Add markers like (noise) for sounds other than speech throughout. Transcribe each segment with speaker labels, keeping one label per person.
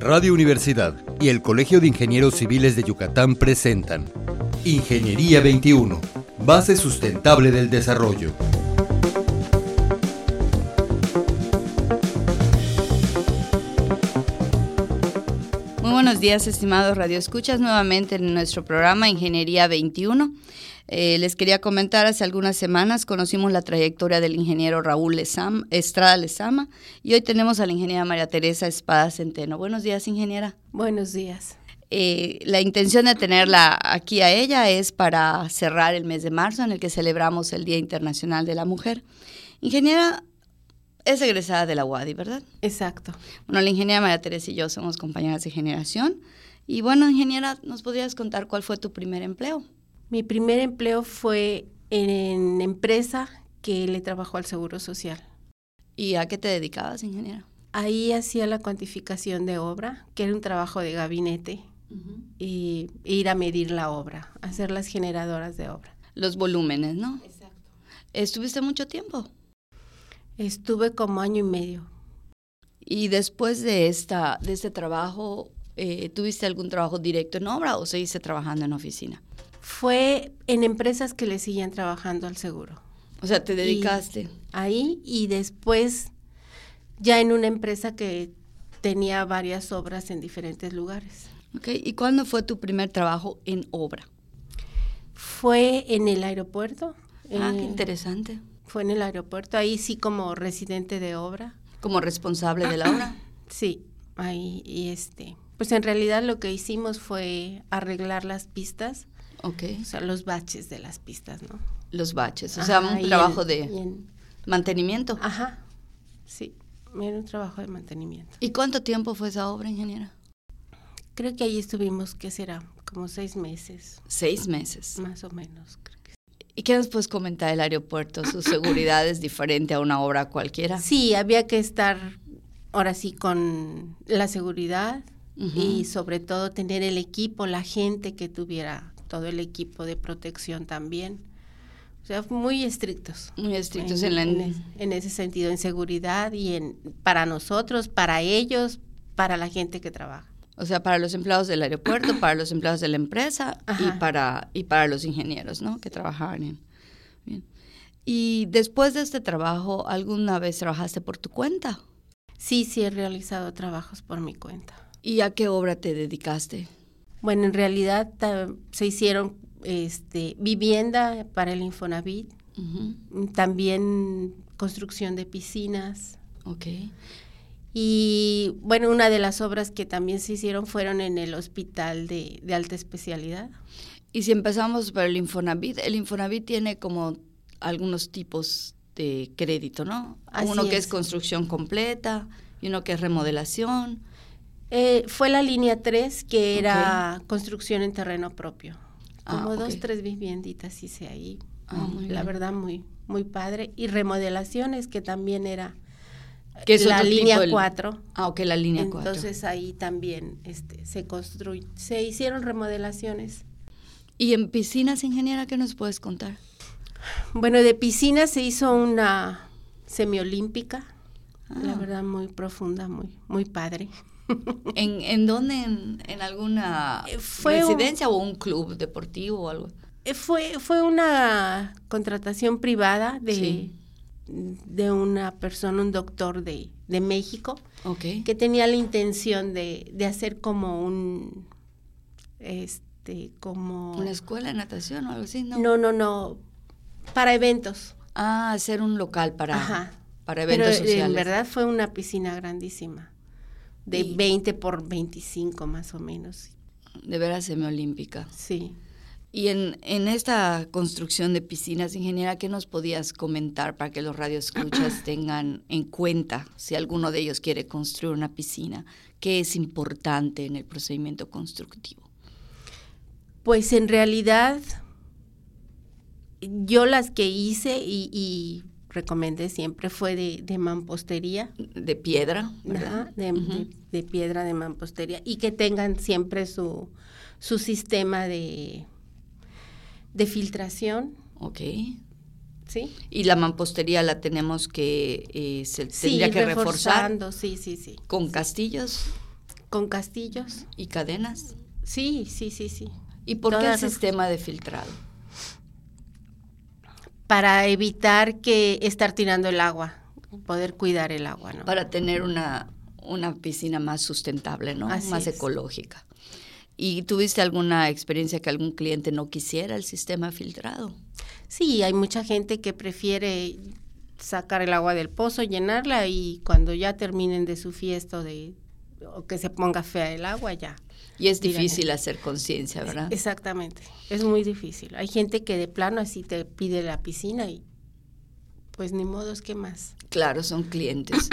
Speaker 1: Radio Universidad y el Colegio de Ingenieros Civiles de Yucatán presentan Ingeniería 21, base sustentable del desarrollo.
Speaker 2: Muy buenos días, estimados radioescuchas, nuevamente en nuestro programa Ingeniería 21. Eh, les quería comentar, hace algunas semanas conocimos la trayectoria del ingeniero Raúl Lezama, Estrada Lezama y hoy tenemos a la ingeniera María Teresa Espada Centeno. Buenos días, ingeniera.
Speaker 3: Buenos días.
Speaker 2: Eh, la intención de tenerla aquí a ella es para cerrar el mes de marzo en el que celebramos el Día Internacional de la Mujer. Ingeniera, es egresada de la UADI, ¿verdad?
Speaker 3: Exacto.
Speaker 2: Bueno, la ingeniera María Teresa y yo somos compañeras de generación. Y bueno, ingeniera, ¿nos podrías contar cuál fue tu primer empleo?
Speaker 3: Mi primer empleo fue en empresa que le trabajó al Seguro Social.
Speaker 2: ¿Y a qué te dedicabas, ingeniera?
Speaker 3: Ahí hacía la cuantificación de obra, que era un trabajo de gabinete, uh -huh. y e ir a medir la obra, hacer las generadoras de obra.
Speaker 2: Los volúmenes, ¿no?
Speaker 3: Exacto.
Speaker 2: ¿Estuviste mucho tiempo?
Speaker 3: Estuve como año y medio.
Speaker 2: ¿Y después de, esta, de este trabajo, eh, tuviste algún trabajo directo en obra o seguiste trabajando en oficina?
Speaker 3: fue en empresas que le seguían trabajando al seguro.
Speaker 2: O sea, te dedicaste.
Speaker 3: Y ahí y después ya en una empresa que tenía varias obras en diferentes lugares.
Speaker 2: Ok, ¿y cuándo fue tu primer trabajo en obra?
Speaker 3: Fue en el aeropuerto.
Speaker 2: Ah, eh, qué interesante.
Speaker 3: Fue en el aeropuerto, ahí sí como residente de obra.
Speaker 2: ¿Como responsable de la obra?
Speaker 3: Sí, ahí y este. Pues en realidad lo que hicimos fue arreglar las pistas.
Speaker 2: Okay.
Speaker 3: O sea, los baches de las pistas, ¿no?
Speaker 2: Los baches, o
Speaker 3: Ah,
Speaker 2: sea, Ajá, un trabajo en, de en... mantenimiento.
Speaker 3: Ajá, sí, era un trabajo de mantenimiento.
Speaker 2: ¿Y cuánto tiempo fue esa obra, ingeniera?
Speaker 3: Creo que ahí estuvimos, ¿qué será? Como seis meses.
Speaker 2: Seis meses.
Speaker 3: Más o menos, creo que sí.
Speaker 2: ¿Y qué nos puedes comentar del aeropuerto? (coughs) ¿Su seguridad es diferente a una obra cualquiera?
Speaker 3: Sí, había que estar ahora sí con la seguridad uh -huh. y sobre todo tener el equipo, la gente que tuviera todo el equipo de protección también. O sea, muy estrictos.
Speaker 2: Muy estrictos en, en,
Speaker 3: la... en, en, ese sentido, en seguridad y en para nosotros, para ellos, para la gente que trabaja.
Speaker 2: O sea, para los empleados del aeropuerto, para los empleados de la empresa Ajá. y para y para los ingenieros, ¿no? Que trabajaban en. Bien. Y después de este trabajo, ¿alguna vez trabajaste por tu cuenta?
Speaker 3: Sí, sí he realizado trabajos por mi cuenta.
Speaker 2: ¿Y a qué obra te dedicaste?
Speaker 3: Bueno, en realidad se hicieron este, vivienda para el Infonavit, uh -huh. también construcción de piscinas.
Speaker 2: Ok.
Speaker 3: Y bueno, una de las obras que también se hicieron fueron en el hospital de, de alta especialidad.
Speaker 2: Y si empezamos por el Infonavit, el Infonavit tiene como algunos tipos de crédito, ¿no?
Speaker 3: Así
Speaker 2: uno que
Speaker 3: es.
Speaker 2: es construcción completa y uno que es remodelación.
Speaker 3: Eh, fue la línea 3, que era okay. construcción en terreno propio. Como ah, okay. dos, tres vivienditas hice ahí. Ah, muy la bien. verdad, muy, muy padre. Y remodelaciones, que también era
Speaker 2: es
Speaker 3: la línea
Speaker 2: del...
Speaker 3: 4.
Speaker 2: Ah, ok, la línea
Speaker 3: Entonces,
Speaker 2: 4.
Speaker 3: Entonces ahí también este, se construy... se hicieron remodelaciones.
Speaker 2: ¿Y en piscinas, ingeniera, qué nos puedes contar?
Speaker 3: Bueno, de piscinas se hizo una semiolímpica. Ah. La verdad, muy profunda, muy, muy padre.
Speaker 2: ¿En, ¿En, dónde? ¿En, en alguna
Speaker 3: Eh, fue
Speaker 2: residencia un, o un club deportivo o algo?
Speaker 3: Eh, Fue, fue una contratación privada de, sí. de una persona, un doctor de, de México,
Speaker 2: okay.
Speaker 3: que tenía la intención de, de, hacer como un... Este, como...
Speaker 2: ¿Una escuela de natación o algo así? No,
Speaker 3: no, no, no para eventos.
Speaker 2: Ah, hacer un local para,
Speaker 3: Ajá.
Speaker 2: para eventos
Speaker 3: Pero, eh,
Speaker 2: sociales.
Speaker 3: En verdad fue una piscina grandísima de y, 20 por 25 más o menos.
Speaker 2: De veras semiolímpica.
Speaker 3: Sí.
Speaker 2: Y en, en, esta construcción de piscinas, ingeniera, ¿qué nos podías comentar para que los (clears throat) radioescuchas tengan en cuenta si alguno de ellos quiere construir una piscina? ¿Qué es importante en el procedimiento constructivo?
Speaker 3: Pues en realidad, yo las que hice y, y recomendé siempre fue de, de, mampostería.
Speaker 2: De piedra,
Speaker 3: ¿verdad? De, uh -huh. de, de, piedra de mampostería. Y que tengan siempre su, su sistema de, de filtración.
Speaker 2: Ok.
Speaker 3: ¿Sí?
Speaker 2: Y la mampostería la tenemos que, eh, se tendría
Speaker 3: sí,
Speaker 2: que reforzar.
Speaker 3: Sí, sí, sí.
Speaker 2: ¿Con castillos?
Speaker 3: Con castillos.
Speaker 2: ¿Y cadenas?
Speaker 3: Sí, sí, sí, sí.
Speaker 2: ¿Y por Todas qué el sistema de filtrado?
Speaker 3: Para evitar que estar tirando el agua, poder cuidar el agua, ¿no?
Speaker 2: Para tener una, una piscina más sustentable, ¿no? Así más es. ecológica. ¿Y tuviste alguna experiencia que algún cliente no quisiera el sistema filtrado?
Speaker 3: Sí, hay mucha gente que prefiere sacar el agua del pozo, llenarla y cuando ya terminen de su fiesta de, o que se ponga fea el agua ya.
Speaker 2: Y es difícil díganme. hacer conciencia, ¿verdad?
Speaker 3: Exactamente, es muy difícil. Hay gente que de plano así te pide la piscina y pues ni modos, ¿qué más?
Speaker 2: Claro, son (clears throat) clientes.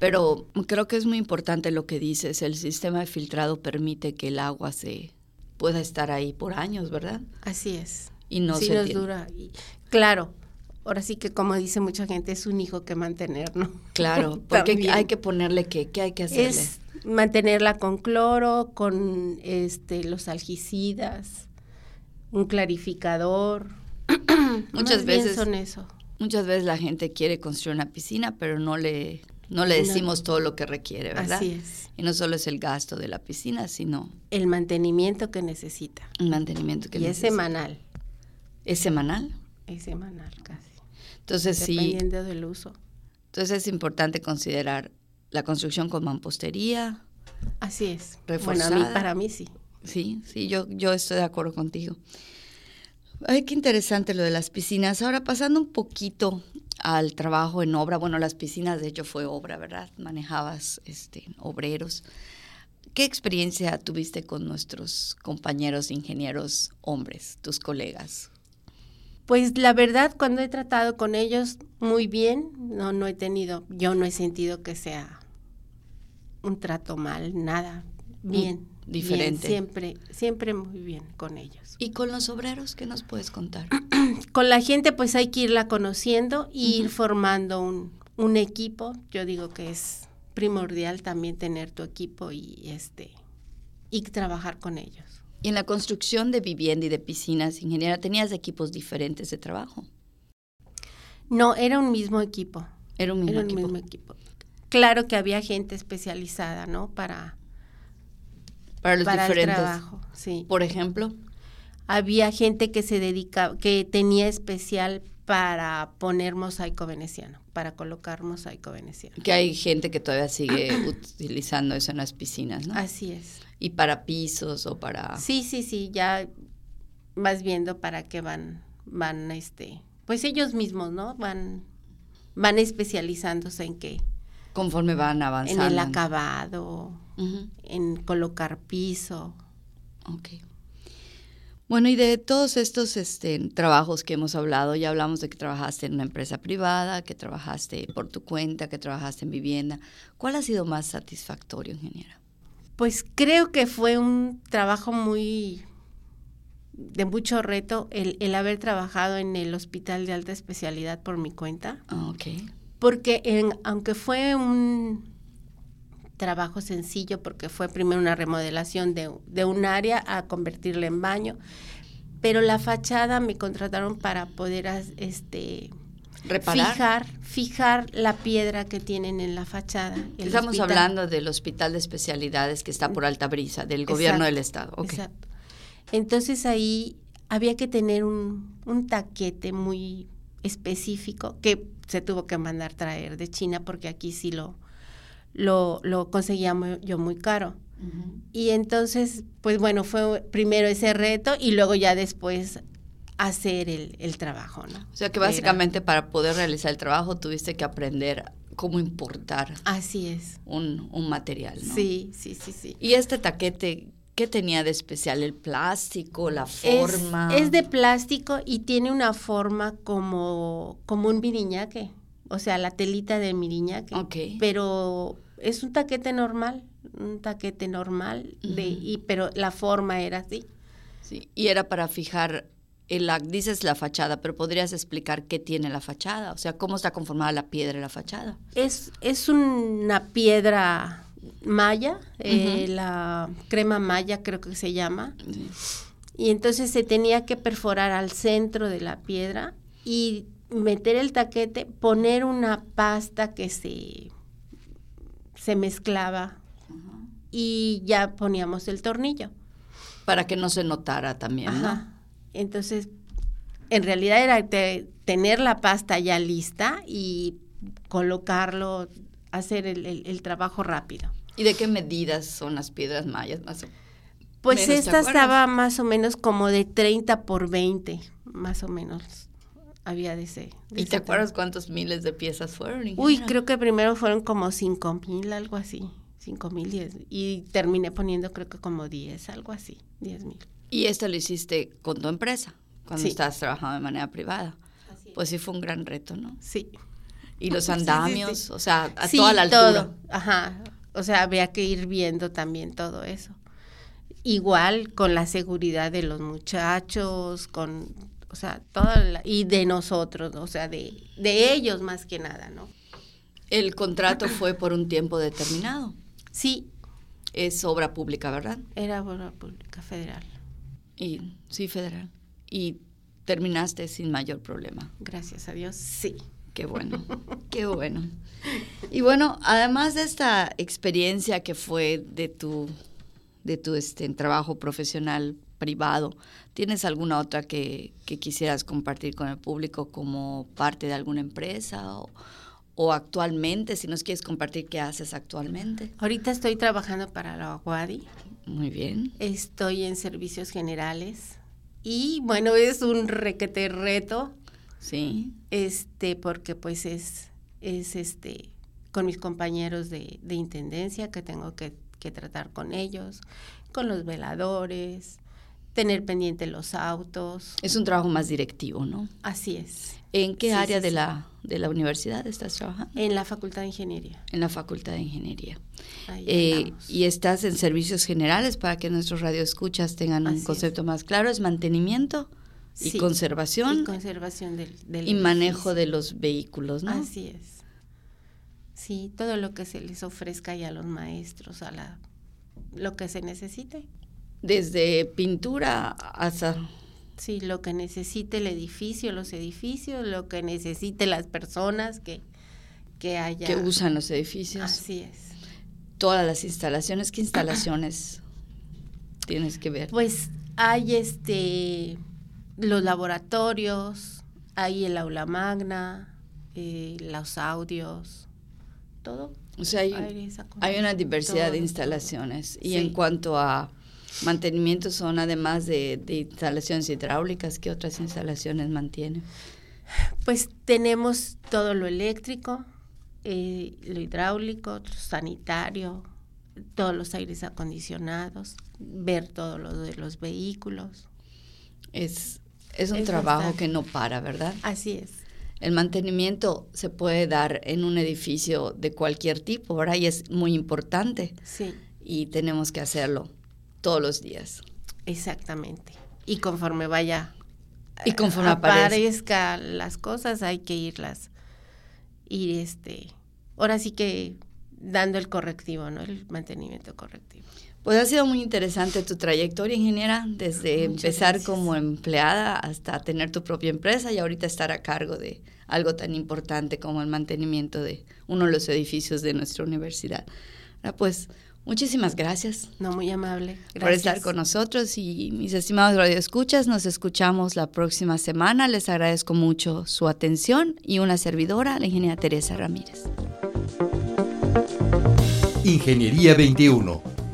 Speaker 2: Pero creo que es muy importante lo que dices, el sistema de filtrado permite que el agua se pueda estar ahí por años, ¿verdad?
Speaker 3: Así es.
Speaker 2: Y no
Speaker 3: sí
Speaker 2: se
Speaker 3: nos dura. Y, claro, ahora sí que como dice mucha gente, es un hijo que mantener, ¿no?
Speaker 2: (laughs)
Speaker 3: (laughs)
Speaker 2: Claro, porque hay que ponerle que, ¿qué hay que hacerle? Es
Speaker 3: mantenerla con cloro, con este los algicidas,
Speaker 2: (clears throat)
Speaker 3: un clarificador.
Speaker 2: Muchas Más veces
Speaker 3: bien son eso.
Speaker 2: Muchas veces la gente quiere construir una piscina, pero no le no le decimos no. todo lo que requiere, ¿verdad?
Speaker 3: Así es.
Speaker 2: Y no solo es el gasto de la piscina, sino
Speaker 3: el mantenimiento que necesita.
Speaker 2: El mantenimiento que
Speaker 3: y
Speaker 2: necesita.
Speaker 3: Y es semanal.
Speaker 2: ¿Es semanal?
Speaker 3: Es semanal casi.
Speaker 2: Entonces sí.
Speaker 3: Dependiendo del uso.
Speaker 2: Entonces es importante considerar la construcción con mampostería.
Speaker 3: Así es.
Speaker 2: Reforzada.
Speaker 3: Bueno, a mí, para mí sí.
Speaker 2: Sí, sí, yo, yo estoy de acuerdo contigo. Ay, qué interesante lo de las piscinas. Ahora, pasando un poquito al trabajo en obra, bueno, las piscinas de hecho fue obra, ¿verdad? Manejabas este, obreros. ¿Qué experiencia tuviste con nuestros compañeros ingenieros hombres, tus colegas?
Speaker 3: Pues la verdad, cuando he tratado con ellos muy bien, no, no he tenido, yo no he sentido que sea un trato mal, nada, bien.
Speaker 2: Mm, Diferente.
Speaker 3: Bien, siempre, siempre muy bien con ellos.
Speaker 2: ¿Y con los obreros qué nos puedes
Speaker 3: (clears throat)
Speaker 2: contar?
Speaker 3: con la gente pues hay que irla conociendo y uh -huh. ir formando un, un, equipo. Yo digo que es primordial también tener tu equipo y este y trabajar con ellos.
Speaker 2: Y en la construcción de vivienda y de piscinas, ingeniera, ¿tenías equipos diferentes de trabajo?
Speaker 3: No, era un mismo equipo.
Speaker 2: Era un mismo,
Speaker 3: era
Speaker 2: equipo.
Speaker 3: Un mismo equipo. Claro que había gente especializada, ¿no? Para,
Speaker 2: para los
Speaker 3: para
Speaker 2: diferentes.
Speaker 3: El trabajo, sí.
Speaker 2: Por ejemplo
Speaker 3: había gente que se dedicaba, que tenía especial para poner mosaico veneciano, para colocar mosaico veneciano.
Speaker 2: Que hay gente que todavía sigue (clears throat) utilizando eso en las piscinas, ¿no? Ah.
Speaker 3: Así es.
Speaker 2: Y para pisos o para
Speaker 3: Ah, Sí, sí, sí, ya vas viendo para qué van van este, pues ellos mismos, ¿no? Van van especializándose en qué.
Speaker 2: Conforme van avanzando.
Speaker 3: En el acabado, uh -huh. en colocar piso.
Speaker 2: Okay. Bueno, y de todos estos este, trabajos que hemos hablado, ya hablamos de que trabajaste en una empresa privada, que trabajaste por tu cuenta, que trabajaste en vivienda. ¿Cuál ha sido más satisfactorio, ingeniera?
Speaker 3: Pues creo que fue un trabajo muy de mucho reto el, el haber trabajado en el hospital de alta especialidad por mi cuenta.
Speaker 2: Ah, okay.
Speaker 3: Porque en, aunque fue un trabajo sencillo porque fue primero una remodelación de, de, un área a convertirla en baño, pero la fachada me contrataron para poder este
Speaker 2: ¿Reparar?
Speaker 3: fijar fijar la piedra que tienen en la fachada.
Speaker 2: Estamos hospital. hablando del Hospital de Especialidades que está por Alta Brisa, del exacto, gobierno del estado. Okay. Exacto.
Speaker 3: Entonces ahí había que tener un, un taquete muy específico que se tuvo que mandar traer de China porque aquí sí lo, lo, lo conseguía muy, yo muy caro. Uh -huh. Y entonces, pues bueno, fue primero ese reto y luego ya después hacer el, el trabajo, ¿no?
Speaker 2: O sea que básicamente Era. para poder realizar el trabajo tuviste que aprender cómo importar.
Speaker 3: Así es.
Speaker 2: Un, un material, ¿no?
Speaker 3: Sí, sí, sí, sí.
Speaker 2: ¿Y este taquete qué tenía de especial? ¿El plástico, la forma?
Speaker 3: Es, es de plástico y tiene una forma como, como un viriñaque o sea, la telita de miriñaque.
Speaker 2: Okay.
Speaker 3: Pero es un taquete normal, un taquete normal, uh -huh. de, y, pero la forma era así.
Speaker 2: Sí, y era para fijar, el, dices la fachada, pero podrías explicar qué tiene la fachada, o sea, cómo está conformada la piedra de la fachada.
Speaker 3: Es, es una piedra maya, uh -huh. eh, la crema maya creo que se llama. Uh -huh. Y entonces se tenía que perforar al centro de la piedra y meter el taquete, poner una pasta que se, se mezclaba uh -huh. y ya poníamos el tornillo.
Speaker 2: Para que no se notara también,
Speaker 3: Ajá. Entonces, en realidad era te- tener la pasta ya lista y colocarlo, hacer el, el- el trabajo rápido.
Speaker 2: ¿no? ¿Y de qué medidas son las piedras mayas más o
Speaker 3: Pues
Speaker 2: Menos, ¿te
Speaker 3: esta
Speaker 2: acuerdas?
Speaker 3: estaba más o menos como de 30 por 20, más o menos había de ese. de
Speaker 2: ¿Y
Speaker 3: ese
Speaker 2: te
Speaker 3: tamaño.
Speaker 2: acuerdas cuántos miles de piezas fueron?
Speaker 3: Uy,
Speaker 2: ingeniera?
Speaker 3: creo que primero fueron como cinco mil, algo así. Cinco mil, diez. Y terminé poniendo creo que como 10, algo así. Diez mil.
Speaker 2: Y esto lo hiciste con tu empresa, cuando
Speaker 3: Sí.
Speaker 2: estabas trabajando de manera privada. Pues sí fue un gran reto, ¿no?
Speaker 3: Sí.
Speaker 2: Y los
Speaker 3: pues, Sí, sí, sí.
Speaker 2: andamios, o sea, a
Speaker 3: Sí,
Speaker 2: toda la altura.
Speaker 3: todo. Ajá. O sea, había que ir viendo también todo eso. Igual con la seguridad de los muchachos, con, o sea, toda la- y de nosotros, o sea, de, de ellos más que nada, ¿no?
Speaker 2: El
Speaker 3: (clears throat)
Speaker 2: contrato fue por un tiempo determinado.
Speaker 3: Sí,
Speaker 2: Es obra pública, ¿verdad?
Speaker 3: era obra pública federal.
Speaker 2: Y sí, federal. Y terminaste sin mayor problema.
Speaker 3: Gracias a Dios, sí.
Speaker 2: Qué bueno, qué bueno. Y bueno, además de esta experiencia que fue de tu, de tu este, trabajo profesional privado, ¿tienes alguna otra que, que quisieras compartir con el público como parte de alguna empresa o, o actualmente, si nos quieres compartir qué haces actualmente?
Speaker 3: Ahorita estoy trabajando para la Aguadi.
Speaker 2: Muy bien.
Speaker 3: Estoy en servicios generales y bueno, es un requete reto,
Speaker 2: Sí,
Speaker 3: este, porque pues es, es este, con mis compañeros de, de intendencia que tengo que, que tratar con ellos, con los veladores, tener pendiente los autos,
Speaker 2: es un trabajo más directivo, ¿no?
Speaker 3: así es,
Speaker 2: ¿En qué
Speaker 3: Sí,
Speaker 2: área
Speaker 3: sí,
Speaker 2: de,
Speaker 3: sí.
Speaker 2: La, de la universidad estás trabajando?
Speaker 3: en la Facultad de Ingeniería.
Speaker 2: En la Facultad de Ingeniería.
Speaker 3: Ahí
Speaker 2: Eh,
Speaker 3: andamos.
Speaker 2: y estás en servicios generales para que nuestros radioescuchas tengan
Speaker 3: Así
Speaker 2: un
Speaker 3: es.
Speaker 2: concepto más claro. Es mantenimiento y
Speaker 3: Sí,
Speaker 2: conservación y,
Speaker 3: y conservación del, del
Speaker 2: manejo
Speaker 3: edificio.
Speaker 2: de los vehículos, ¿no?
Speaker 3: Así es. Sí, todo lo que se les ofrezca ya a los maestros, a la, lo que se necesite.
Speaker 2: Desde pintura hasta...
Speaker 3: Sí, lo que necesite el edificio, los edificios, lo que necesite las personas que, que haya.
Speaker 2: que usan los edificios,
Speaker 3: Así es.
Speaker 2: todas las instalaciones. ¿Qué instalaciones tienes que ver?
Speaker 3: Pues hay este los laboratorios, hay el aula magna, eh, los audios, todo.
Speaker 2: O sea, hay,
Speaker 3: Aire, esa cosa,
Speaker 2: hay una diversidad
Speaker 3: todo,
Speaker 2: de
Speaker 3: todo.
Speaker 2: instalaciones. Y
Speaker 3: Sí.
Speaker 2: en cuanto a mantenimiento, son además de, de instalaciones hidráulicas, ¿qué otras instalaciones mantienen?
Speaker 3: Pues tenemos todo lo eléctrico, eh, lo hidráulico, lo sanitario, todos los aires acondicionados, ver todo lo de los vehículos.
Speaker 2: Es, es un
Speaker 3: Es
Speaker 2: trabajo
Speaker 3: bastante.
Speaker 2: que no para, ¿verdad?
Speaker 3: Así es.
Speaker 2: El mantenimiento se puede dar en un edificio de cualquier tipo, ¿verdad? Y es muy importante
Speaker 3: Sí,
Speaker 2: y tenemos que hacerlo todos los días.
Speaker 3: exactamente. Y conforme vaya Eh,
Speaker 2: Y conforme aparece.
Speaker 3: aparezca las cosas, hay que irlas ir este ahora sí que dando el correctivo, ¿no? El mantenimiento correctivo.
Speaker 2: Pues ha sido muy interesante tu trayectoria, ingeniera, desde
Speaker 3: Muchas
Speaker 2: empezar
Speaker 3: gracias.
Speaker 2: como empleada hasta tener tu propia empresa y ahorita estar a cargo de algo tan importante como el mantenimiento de uno de los edificios de nuestra universidad. Ah, Pues muchísimas gracias.
Speaker 3: No muy amable. Gracias.
Speaker 2: por estar con nosotros y mis estimados radioescuchas, nos escuchamos la próxima semana. Les agradezco mucho su atención y una servidora, la ingeniera Teresa Ramírez.
Speaker 1: Ingeniería 21,